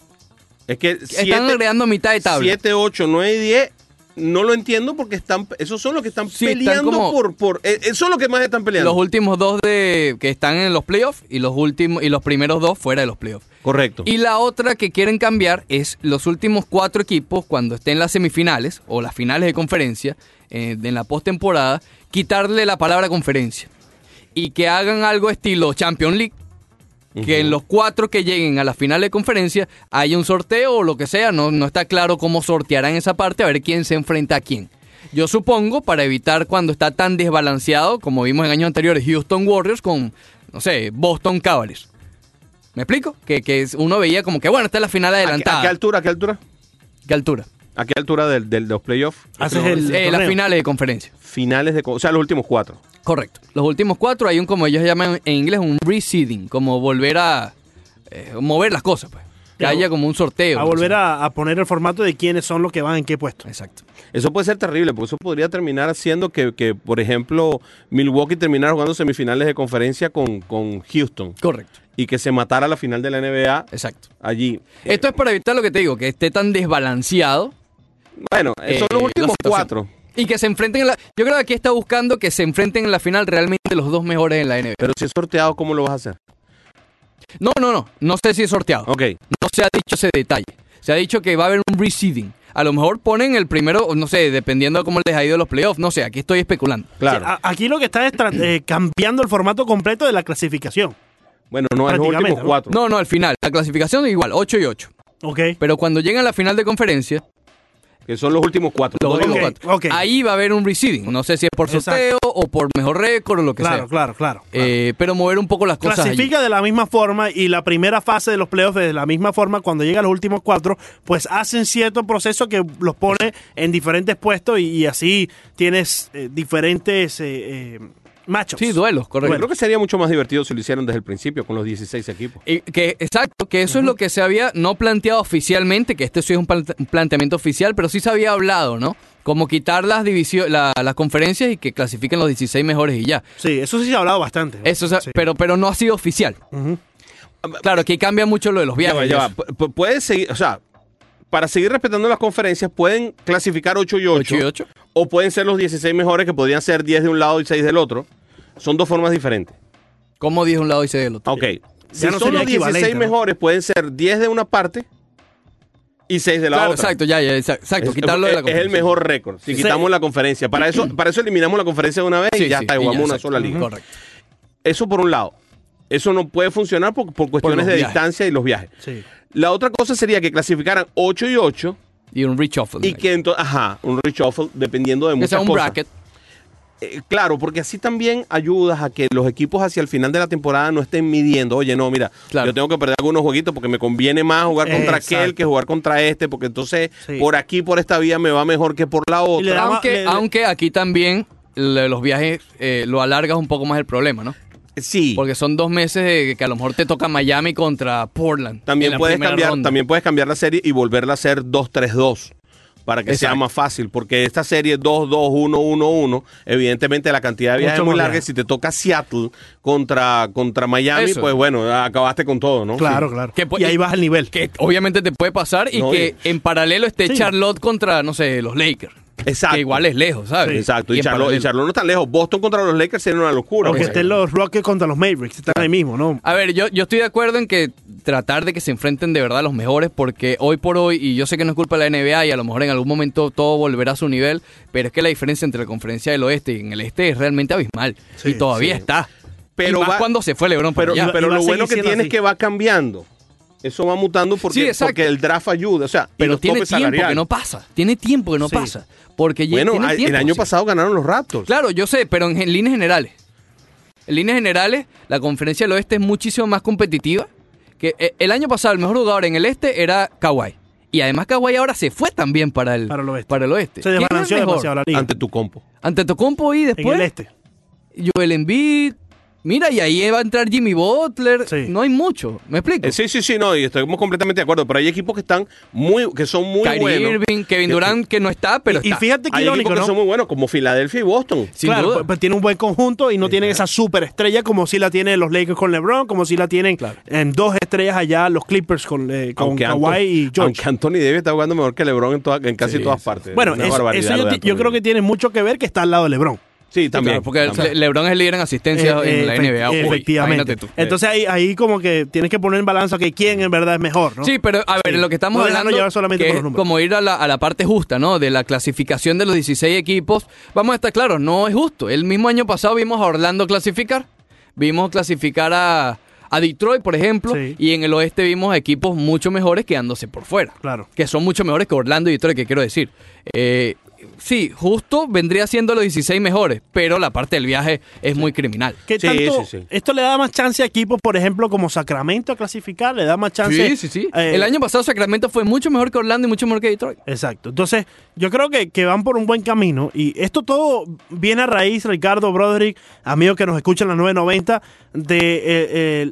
Es que están agregando mitad de tabla. 7, 8, 9 y 10. No lo entiendo porque están, esos son los que están Sí, están peleando como- por, por, eh, eh, son los que más están peleando. Los últimos dos de que están en los playoffs y los últimos y los primeros dos fuera de los playoffs. Correcto. Y la otra que quieren cambiar es los últimos cuatro equipos cuando estén en las semifinales o las finales de conferencia eh, en la postemporada, quitarle la palabra conferencia y que hagan algo estilo Champions League. Que en los cuatro que lleguen a la final de conferencia haya un sorteo o lo que sea, no, no está claro cómo sortearán esa parte, a ver quién se enfrenta a quién. Yo supongo, para evitar cuando está tan desbalanceado, como vimos en años anteriores, Houston Warriors con, no sé, Boston Cavaliers. ¿Me explico? Que, que es- uno veía como que, bueno, esta es la final ¿A, qué- a adelantada. qué altura? ¿A qué altura? ¿Qué altura? ¿A qué altura del, del- de los playoffs? Haces el Eh, las torneo. finales de conferencia. Finales de, co- o sea, los últimos cuatro. Correcto. Los últimos cuatro hay un, como ellos llaman en inglés, un reseeding, como volver a eh, mover las cosas, pues. Que Ya, haya como un sorteo. A no volver sé. a, a poner el formato de quiénes son los que van en qué puesto. Exacto. Eso puede ser terrible, porque eso podría terminar haciendo que, que, por ejemplo, Milwaukee terminara jugando semifinales de conferencia con, con Houston Correcto. y que se matara la final de la NBA Exacto. allí. Esto es para evitar lo que te digo, que esté tan desbalanceado. Bueno, eh, son los la últimos situación. cuatro. Y que se enfrenten en la. Yo creo que aquí está buscando que se enfrenten en la final realmente los dos mejores en la NBA. Pero si es sorteado, ¿cómo lo vas a hacer? No, no, no. No sé si es sorteado. Ok. No se ha dicho ese detalle. Se ha dicho que va a haber un reseeding. A lo mejor ponen el primero, o no sé, dependiendo de cómo les ha ido los playoffs. No sé, aquí estoy especulando. Sí, Claro. a- aquí lo que está es tra- eh, cambiando el formato completo de la clasificación. bueno, no, es los prácticamente, últimos ¿no? cuatro. No, no, al final. La clasificación es igual, 8 y 8. ¿Ok? Pero cuando llegan a la final de conferencia, Que son los últimos cuatro. los No últimos digo- Ok, cuatro, ok. ahí va a haber un reseeding. No sé si es por sorteo o por mejor récord o lo que Claro, sea. claro, claro. Eh, pero mover un poco las cosas. allí. Clasifica de la misma forma y la primera fase de los playoffs de la misma forma cuando llega a los últimos cuatro, pues hacen cierto proceso que los pone en diferentes puestos y, y así tienes eh, diferentes eh, eh, matchups. Sí, duelos, correcto. Creo que sería mucho más divertido si lo hicieran desde el principio con los 16 equipos. Y Eh, que, exacto, que eso es lo que se había no planteado oficialmente, que este sí es un, plan- un planteamiento oficial, pero sí se había hablado, ¿no? Como quitar las divisiones, las conferencias y que clasifiquen los 16 mejores y ya. Sí, eso sí se ha hablado bastante. ¿no? Eso, o sea, Sí. pero, pero no ha sido oficial. Claro, aquí cambia mucho lo de los Ya viajes. va, y ya va. eso. Pu- pu- Pueden seguir, o sea, para seguir respetando las conferencias, pueden clasificar 8 y Ocho 8. y ocho. O pueden ser los 16 mejores, que podrían ser 10 de un lado y 6 del otro. Son dos formas diferentes. Como dice un lado y se del otro. Ok. Si no son sería los 16 equivalente, ¿no? mejores, pueden ser 10 de una parte y 6 de la Claro, otra. exacto, ya, ya, exacto. exacto, quitarlo de la es, es el conferencia. mejor récord. Si Sí. quitamos la conferencia. Para eso, para eso eliminamos la conferencia de una vez Sí, y ya sí, está, y jugamos una exacto. sola liga. Correcto. Eso por un lado. Eso no puede funcionar por, por cuestiones los de viajes. distancia y los viajes. Sí. Oh, La otra cosa sería que clasificaran 8 y 8 Y un reshuffle. y que entonces, ajá, un reshuffle dependiendo de Que muchas sea un cosas. bracket. Eh, claro, porque así también ayudas a que los equipos hacia el final de la temporada no estén midiendo, oye, no, mira, Claro. yo tengo que perder algunos jueguitos porque me conviene más jugar contra Exacto. aquel que jugar contra este, porque entonces Sí. por aquí, por esta vía me va mejor que por la Y le otra. da- Aunque, le- le- aunque aquí también le- los viajes eh, lo alargas un poco más el problema, ¿no? Sí. Porque son dos meses de que a lo mejor te toca Miami contra Portland. en También la puedes, primera cambiar, ronda. también puedes cambiar la serie y volverla a hacer 2-3-2 para que sea Exacto. más fácil, porque esta serie 2-2-1-1-1, evidentemente la cantidad de viajes Mucho es muy más larga y viaje. si te toca Seattle contra, contra Miami, Eso. pues bueno, acabaste con todo, ¿no? Claro, Sí. claro. Que po- y ahí baja el nivel. Que obviamente te puede pasar y No, que en paralelo esté Sí. Charlotte contra, no sé, los Lakers. Exacto. Que igual es lejos, ¿sabes? Exacto, y, en Charlo, y paralelo. este Charlo no está lejos. Boston contra los Lakers sería una locura. Porque pues. estén los Rockets contra los Mavericks, están ahí mismo, ¿no? A ver, yo, yo estoy de acuerdo en que tratar de que se enfrenten de verdad los mejores, porque hoy por hoy, y yo sé que no es culpa de la NBA y a lo mejor en algún momento todo volverá a su nivel, pero es que la diferencia entre la conferencia del oeste y en el este es realmente abismal. Sí, y todavía sí. está. Pero Pero más va- cuando se fue LeBron para Pero, allá. iba- Ah, pero iba a lo seguir bueno que siendo tiene es así. que va cambiando. Eso va mutando porque, Sí, exacto. porque el draft ayuda. O sea, y Pero los tiene topes tiempo que salariales. no pasa. Tiene tiempo que no Sí. pasa. Porque ya- Bueno, tiene a- el tiempo, año sí. pasado ganaron los Raptors. Claro, yo sé, pero en, en líneas generales. En líneas generales, la conferencia del oeste es muchísimo más competitiva. Que eh, el año pasado el mejor jugador en el este era Kawhi. Y además Kawhi ahora se fue también para el, Para el oeste. oeste. Se ¿Quién es el desbalanceó mejor? demasiado la liga. Ante tu compo. Ante Tocompo y en el después este. Joel Embiid. Mira, y ahí va a entrar Jimmy Butler. Sí. No hay mucho. ¿Me explico? Eh, sí, sí, sí, no, y estamos completamente de acuerdo. Pero hay equipos que están muy, que son muy Kyrie buenos. Irving, Kevin Durant, que no está, pero y está. fíjate que Hay equipos irónico, que ¿no? son muy buenos, como Filadelfia y Boston. Sin claro, duda. pues- pues tiene un buen conjunto y no tienen esa superestrella como si la tienen los Lakers con LeBron, como si la tienen en dos estrellas allá los Clippers con, eh, con Aunque Anto- Kawhi y George. Aunque Anthony Davis está jugando mejor que LeBron en, toda- en casi Sí, todas sí. partes. bueno, Una es- barbaridad eso yo, lo de ti- yo Anthony creo que Davis. tiene mucho que ver que está al lado de LeBron. Sí, también. Claro, porque también. Le- LeBron es líder en asistencia Eh, en la eh, NBA. Uy, efe- imagínate efectivamente. tú. Entonces ahí, ahí como que tienes que poner en balanza que quién en verdad es mejor, ¿no? Eh, Sí, pero a ver, Sí. lo que estamos No dejarnos hablando llevar solamente que por los es números. como ir a la, a la parte justa, ¿no? De la clasificación de los 16 equipos. Vamos a estar claros, no es justo. El mismo año pasado vimos a Orlando clasificar. Vimos clasificar a, a Detroit, por ejemplo. Sí. Y en el oeste vimos a equipos mucho mejores quedándose por fuera. Claro. Que son mucho mejores que Orlando y Detroit, que quiero decir. Eh, sí, justo vendría siendo los 16 mejores, pero la parte del viaje es muy criminal. ¿Qué Sí, tanto- sí, sí. Esto le da más chance a equipos, por ejemplo, como Sacramento a clasificar, le da más chance. Sí, sí, sí. eh, el año pasado Sacramento fue mucho mejor que Orlando y mucho mejor que Detroit. Exacto. Entonces, yo creo que, que van por un buen camino. Y esto todo viene a raíz, Ricardo, Broderick, amigos que nos escuchan en la 990, de eh, eh,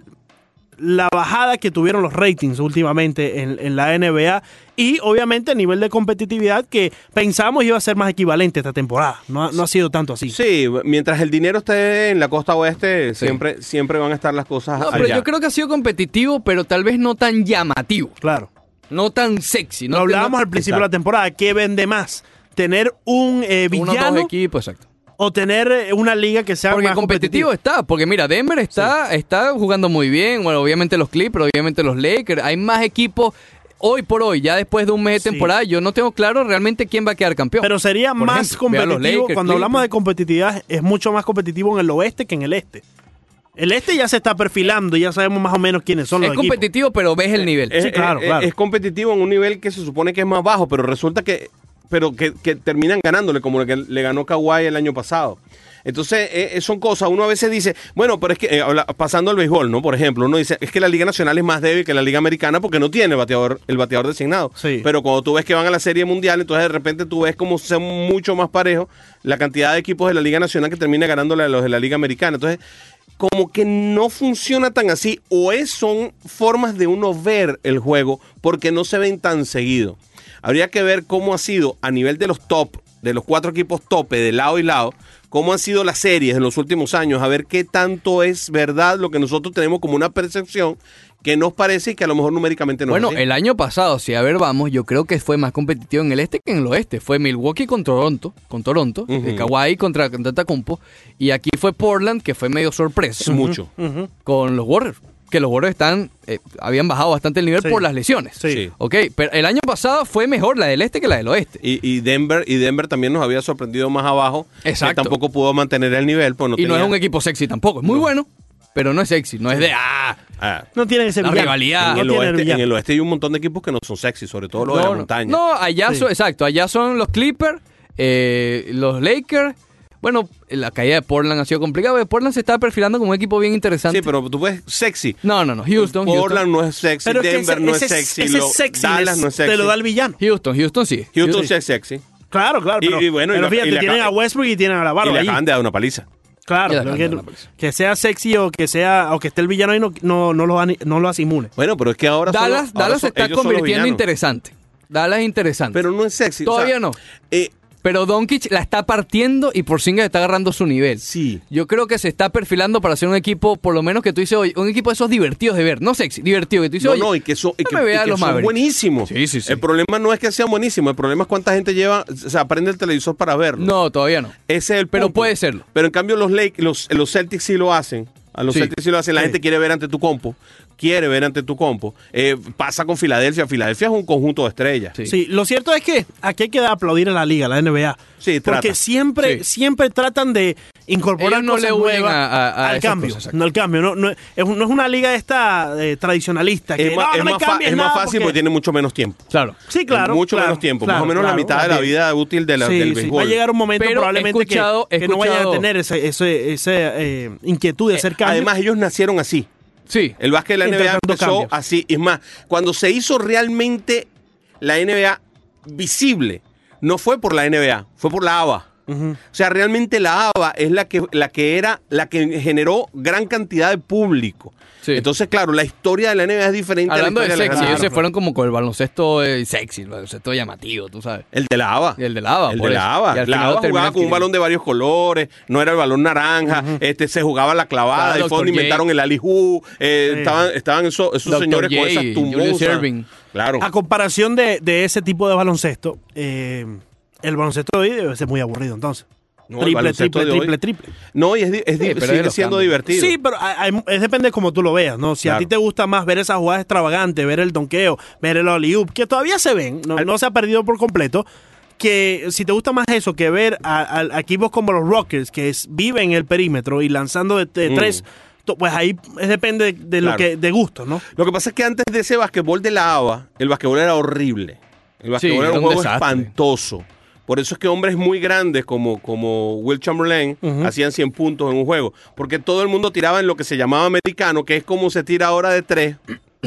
la bajada que tuvieron los ratings últimamente en, en la NBA. Y obviamente el nivel de competitividad que pensamos iba a ser más equivalente esta temporada. No, ha- no ha sido tanto así. Sí, mientras el dinero esté en la costa oeste, siempre, siempre van a estar las cosas Ah, No, pero allá. yo creo que ha sido competitivo, pero tal vez no tan llamativo, Claro. no tan sexy. No Lo hablábamos al no- principio de la temporada. ¿Qué vende más? ¿Tener un eh, uno o dos villano equipos, exacto. o tener eh, una liga que sea Porque más competitiva? competitivo está, porque mira, Denver está, está jugando muy bien, bueno, obviamente los Clippers, obviamente los Lakers, hay más equipos hoy por hoy, ya después de un mes de Sí. temporada, yo no tengo claro realmente quién va a quedar campeón. Pero sería Por más ejemplo, vea los competitivo. Lakers, Cuando hablamos de Clippers. competitividad, es mucho más competitivo en el oeste que en el este. El este ya se está perfilando, ya sabemos más o menos quiénes son es los equipos. competitivo, pero ves el nivel. Es, Sí, claro, es- claro. es competitivo en un nivel que se supone que es más bajo, pero resulta que, pero que, que terminan ganándole, como lo que le ganó Kawhi el año pasado. Entonces, eh, eh, son cosas, uno a veces dice, bueno, pero es que, eh, habla- pasando al béisbol, ¿no? Por ejemplo, uno dice, es que la Liga Nacional es más débil que la Liga Americana porque no tiene bateador, el bateador designado. Sí. Pero cuando tú ves que van a la Serie Mundial, entonces de repente tú ves como son mucho más parejos la cantidad de equipos de la Liga Nacional que termina ganándole a los de la Liga Americana. Entonces, como que no funciona tan así o es, son formas de uno ver el juego porque no se ven tan seguido. Habría que ver cómo ha sido a nivel de los top, de los cuatro equipos tope de lado y lado, cómo han sido las series en los últimos años, a ver qué tanto es verdad lo que nosotros tenemos como una percepción que nos parece y que a lo mejor numéricamente no Bueno, es así. el año pasado, si a ver vamos, yo creo que fue más competitivo en el este que en el oeste. Fue Milwaukee con Toronto, con Toronto, Ujú. eh, Kawhi contra Compo y aquí fue Portland que fue medio sorpresa es mucho. Ujú. con los Warriors, que los Warriors están eh, habían bajado bastante el nivel Sí. por las lesiones. Sí. Sí. Ok, pero el año pasado fue mejor la del este que la del oeste. Y, y Denver y Denver también nos había sorprendido más abajo. que Exacto. tampoco pudo mantener el nivel. Pues no y no tenía- es un equipo sexy tampoco, es muy bueno, pero no es sexy, no es de ah. Ah, No tiene que ser La villano. rivalidad. No en, el tiene que ser oeste, en villano. el oeste hay un montón de equipos que no son sexy, sobre todo los de la no, montaña. no, allá Sí. son, exacto, allá son los Clippers, eh, los Lakers. Bueno, la caída de Portland ha sido complicada, porque Portland se está perfilando como un equipo bien interesante. sí, pero tú ves sexy. No, no, no, Houston, Portland Houston. no es sexy, Pero es que Denver ese, no es ese- sexy, ese lo- sexiness Dallas no es sexy. Te lo da el villano. Houston, Houston sí. Houston sí es sexy. Claro, claro. Y- Pero, y bueno, y pero la- y fíjate, la- tienen a Westbrook y tienen a la Y barba le allí. acaban de dar una paliza. Y le Claro, acaban que, de dar la paliza. que sea sexy o que sea o que esté el villano ahí no, no, no, los, ani- no los inmune. Bueno, pero es que ahora son Dallas, los- ahora Dallas se son- está ellos son los convirtiendo villanos. interesante. Dallas es interesante. Pero no es sexy. o sea, Todavía no. eh, Pero Doncic la está partiendo y Porzingis está agarrando su nivel. Sí. Yo creo que se está perfilando para ser un equipo, por lo menos que tú dices, oye, un equipo de esos divertidos de ver, no sexy, divertido que tú dices, no, oye, no, y que son, y que, déjame ver y a que los son Mavericks. buenísimos. Sí, sí, sí. El problema no es que sean buenísimos, el problema es cuánta gente lleva, o sea, prende el televisor para verlo. No, todavía no. Ese es el Pero punto. puede serlo. Pero en cambio los, Lake, los, los Celtics sí lo hacen. A los Sí. Celtics sí lo hacen. La gente quiere ver ante tu compo. Quiere ver ante tu compo. Eh, pasa con Filadelfia. Filadelfia es un conjunto de estrellas. Sí. Sí, lo cierto es que aquí hay que aplaudir a la liga, a la NBA. Sí, trata. Porque siempre, Sí. siempre tratan de incorporar Ellos no cosas le huyen nuevas a- a- a al esas cambio. cosas, exacto. no al cambio. No, no, es, un- no es una liga esta eh, tradicionalista. Que, Es, más, no, es no me más fa- cambies es más nada fácil porque... tiene mucho menos tiempo. Claro. Sí, claro. mucho claro, menos tiempo. claro, más o menos la claro, mitad de la también. vida útil de la- Sí, del sí, béisbol. Va a llegar un momento Pero he probablemente que- escuchado- he que, no vayan a escuchado- tener ese, ese, esa eh, inquietud de hacer cambios. Además, ellos nacieron así. Sí. El básquet de la NBA Intentando empezó cambios. así. Es más, cuando se hizo realmente la NBA visible, no fue por la NBA, fue por la ABA. O sea, realmente la ABA es la que, la que era, la que generó gran cantidad de público. Sí. Entonces, claro, la historia de la NBA es diferente Hablando a la de historia sexy, la ellos se NBA. fueron como con el baloncesto eh, sexy, el baloncesto llamativo, tú sabes. El de la ABA. Y el de la ABA, El por de eso. la ABA. Y al La final ABA terminan jugaba con un balón de varios colores, no era el balón naranja, este, se jugaba la Estaba clavada, y fue Dr. donde J. inventaron el Alihu, Sí. estaban, estaban esos, esos Dr. señores J, con esas Julius tumbosas. Erving. Claro. A comparación de, de ese tipo de baloncesto, eh, el baloncesto de hoy debe ser muy aburrido entonces. No, el triple, baloncesto triple, de hoy. triple, triple. No, y es, di- es di- Sí, pero es de sigue los siendo cambios. divertido. Sí, pero hay- hay- es depende de cómo tú lo veas, ¿no? Si a Claro. ti te gusta más ver esas jugadas extravagantes, ver el donqueo, ver el alley-oop, que todavía se ven, no, no se ha perdido por completo, que si te gusta más eso que ver a, a- a equipos como los Rockets, que es- viven el perímetro y lanzando de, de Mm. tres, to- pues ahí es- depende de, de Claro. lo que, de gusto, ¿no? Lo que pasa es que antes de ese basquetbol de la ABA, el basquetbol era horrible. El basquetbol era era un un juego desastre. espantoso. Por eso es que hombres muy grandes como, como Will Chamberlain hacían 100 puntos en un juego. Porque todo el mundo tiraba en lo que se llamaba americano, que es como se tira ahora de tres,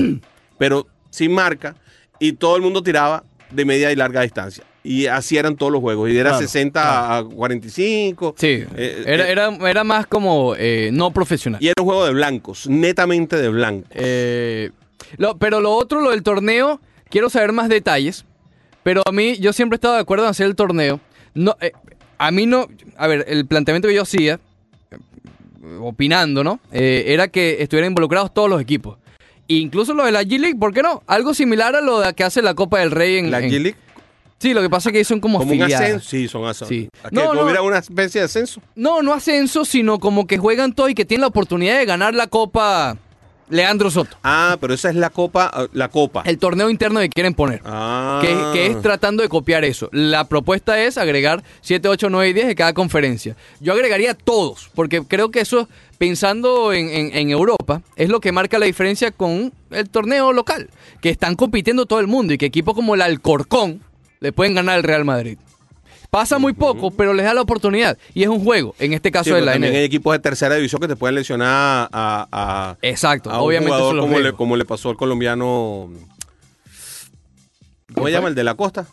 pero sin marca. Y todo el mundo tiraba de media y larga distancia. Y así eran todos los juegos. Y era Claro, 60 a 45. Sí, Eh, era, eh, era, era más como eh, no profesional. Y era un juego de blancos, netamente de blancos. Eh, lo- pero lo otro, lo del torneo, quiero saber más detalles. Pero a mí, yo siempre he estado de acuerdo en hacer el torneo. No, eh, a mí no. A ver, el planteamiento que yo hacía, eh, opinando, ¿no? Eh, era que estuvieran involucrados todos los equipos. E Incluso lo de la G-League, ¿por qué no? Algo similar a lo de que hace la Copa del Rey en. La en- G-League Sí, lo que pasa es que son como, como un afiliadas. ascenso. Sí, son ascensos. Sí. Aquí No, no. hubiera una especie de ascenso. No, no ascenso, sino como que juegan todo y que tienen la oportunidad de ganar la Copa Leandro Soto. Ah, pero esa es la copa, ah, la copa. El torneo interno que quieren poner. Ah. que, que es tratando de copiar eso. La propuesta es agregar 7, 8, 9 y 10 de cada conferencia. Yo agregaría todos, porque creo que eso, pensando en, en- en Europa, es lo que marca la diferencia con el torneo local, que están compitiendo todo el mundo y que equipos como el Alcorcón le pueden ganar al Real Madrid. Pasa muy poco, pero les da la oportunidad. Y es un juego, en este Sí, caso pero de la también NBA. hay equipos de tercera división que te pueden lesionar a, a- Exacto, a un obviamente jugador son los como le, riesgos. como le pasó al colombiano. ¿Cómo se llama? El de la costa.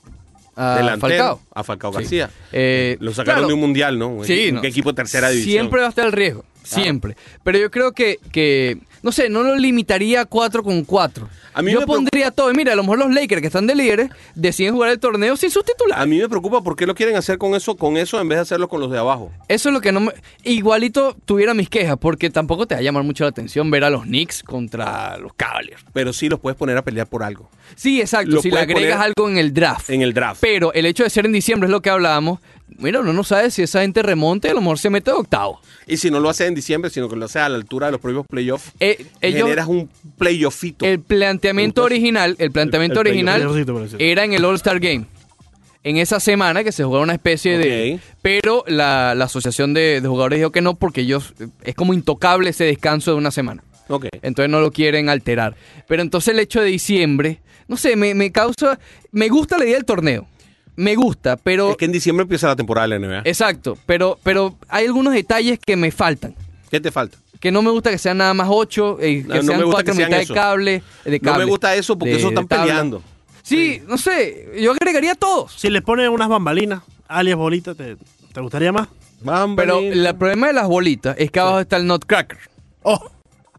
A Falcao. A Falcao Sí. García. Eh, Lo sacaron claro. de un mundial, ¿no? Un Sí, equi- un no. equipo de tercera división. Siempre va a estar el riesgo. Siempre. Pero yo creo que, que, no sé, no lo limitaría a 4 con 4. A mí yo me preocupa- pondría todo. Y Mira, a lo mejor los Lakers que están de líderes deciden jugar el torneo sin sus A titulares. mí me preocupa por qué lo quieren hacer con eso, con eso en vez de hacerlo con los de abajo. Eso es lo que no me... Igualito tuviera mis quejas, porque tampoco te va a llamar mucho la atención ver a los Knicks contra Ah, los Cavaliers. Pero sí los puedes poner a pelear por algo. Sí, exacto. Lo Si le puedes agregas poner algo en el draft. En el draft. Pero el hecho de ser en diciembre es lo que hablábamos. Mira, uno no sabe si esa gente remonte, a lo mejor se mete de octavo. Y si no lo haces en diciembre, sino que lo haces a la altura de los propios playoffs, Eh, ellos- generas un playoffito. El planteamiento Entonces, original, el planteamiento el- el original playoff. era en el All-Star Game. en esa semana que se jugaba una especie de... Ok. Pero la, la asociación de, de jugadores dijo que no porque ellos... Es como intocable ese descanso de una semana. Ok. Entonces no lo quieren alterar. Pero entonces el hecho de diciembre, no sé, me, me causa... Me gusta la idea del torneo. Me gusta, pero... Es que en diciembre empieza la temporada de la NBA. Exacto, pero, pero hay algunos detalles que me faltan. ¿Qué te falta? Que no me gusta que sean nada más ocho, eh, No, que no sean me gusta cuatro que sean mitad eso. de cable, de No me cable, gusta eso porque de- eso están de tabla. peleando. Sí, no sé, yo agregaría a todos. Si les ponen unas bambalinas, alias bolitas, ¿te, te gustaría más? Pero el problema de las bolitas es que abajo está el nutcracker. Oh,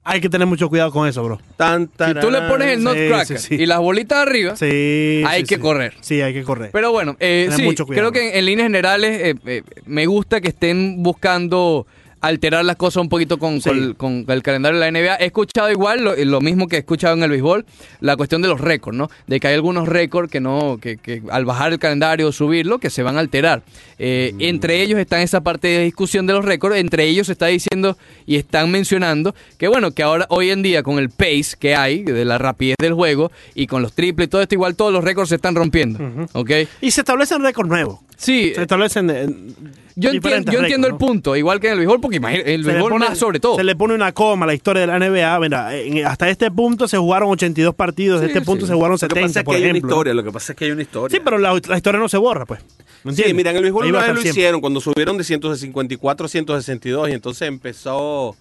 hay que tener mucho cuidado con eso, bro. Tan, Si tú le tararán. pones el sí, nutcracker sí, sí. y las bolitas arriba, Sí. Hay sí, que sí. correr. Sí, hay que correr. Pero bueno, eh, Tener sí, mucho cuidado. creo que en, en líneas generales eh, eh, me gusta que estén buscando alterar las cosas un poquito con, Sí. con- con el calendario de la NBA. He escuchado igual lo, lo mismo que he escuchado en el béisbol, la cuestión de los récords, ¿no? De que hay algunos récords que no, que, que al bajar el calendario o subirlo, que se van a alterar. Eh, Mm. Entre ellos está esa parte de discusión de los récords, entre ellos se está diciendo y están mencionando que bueno, que ahora hoy en día con el pace que hay, de la rapidez del juego y con los triples y todo esto, igual todos los récords se están rompiendo, ¿ok? y se establecen récords nuevos. Sí, Se establecen. eh, diferentes yo, entiendo, yo entiendo el récords, ¿no? punto, igual que en el béisbol, porque imagínate, el Se le béisbol pone- más sobre todo. Se le pone una coma a la historia de la NBA. Mira, en- hasta este punto se jugaron 82 partidos, de Sí, este punto sí. se jugaron Lo que 70, pasa es que por hay una ejemplo. ¿no? historia. Lo que pasa es que hay una historia. Sí, pero la, la historia no se borra, pues. ¿Me Sí, entiendes? mira, en el béisbol Ahí una va a vez lo estar siempre. hicieron cuando subieron de 154 a 162 y entonces empezó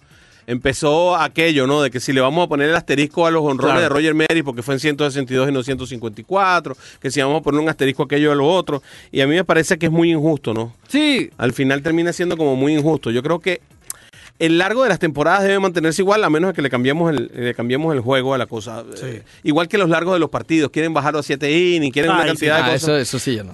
empezó aquello, ¿no? De que si le vamos a poner el asterisco a los honrones Claro. de Roger Maris porque fue en 162 y no 154, que si vamos a poner un asterisco a aquello a lo otro y a mí me parece que es muy injusto, ¿no? Sí, Al final termina siendo como muy injusto. Yo creo que el largo de las temporadas debe mantenerse igual, a menos que le cambiemos el, le cambiemos el juego a la cosa. Eh, igual que los largos de los partidos, quieren bajarlo a 7 innings, quieren una Ay, sí. cantidad de Ah, cosas. eso, eso sí, yo no.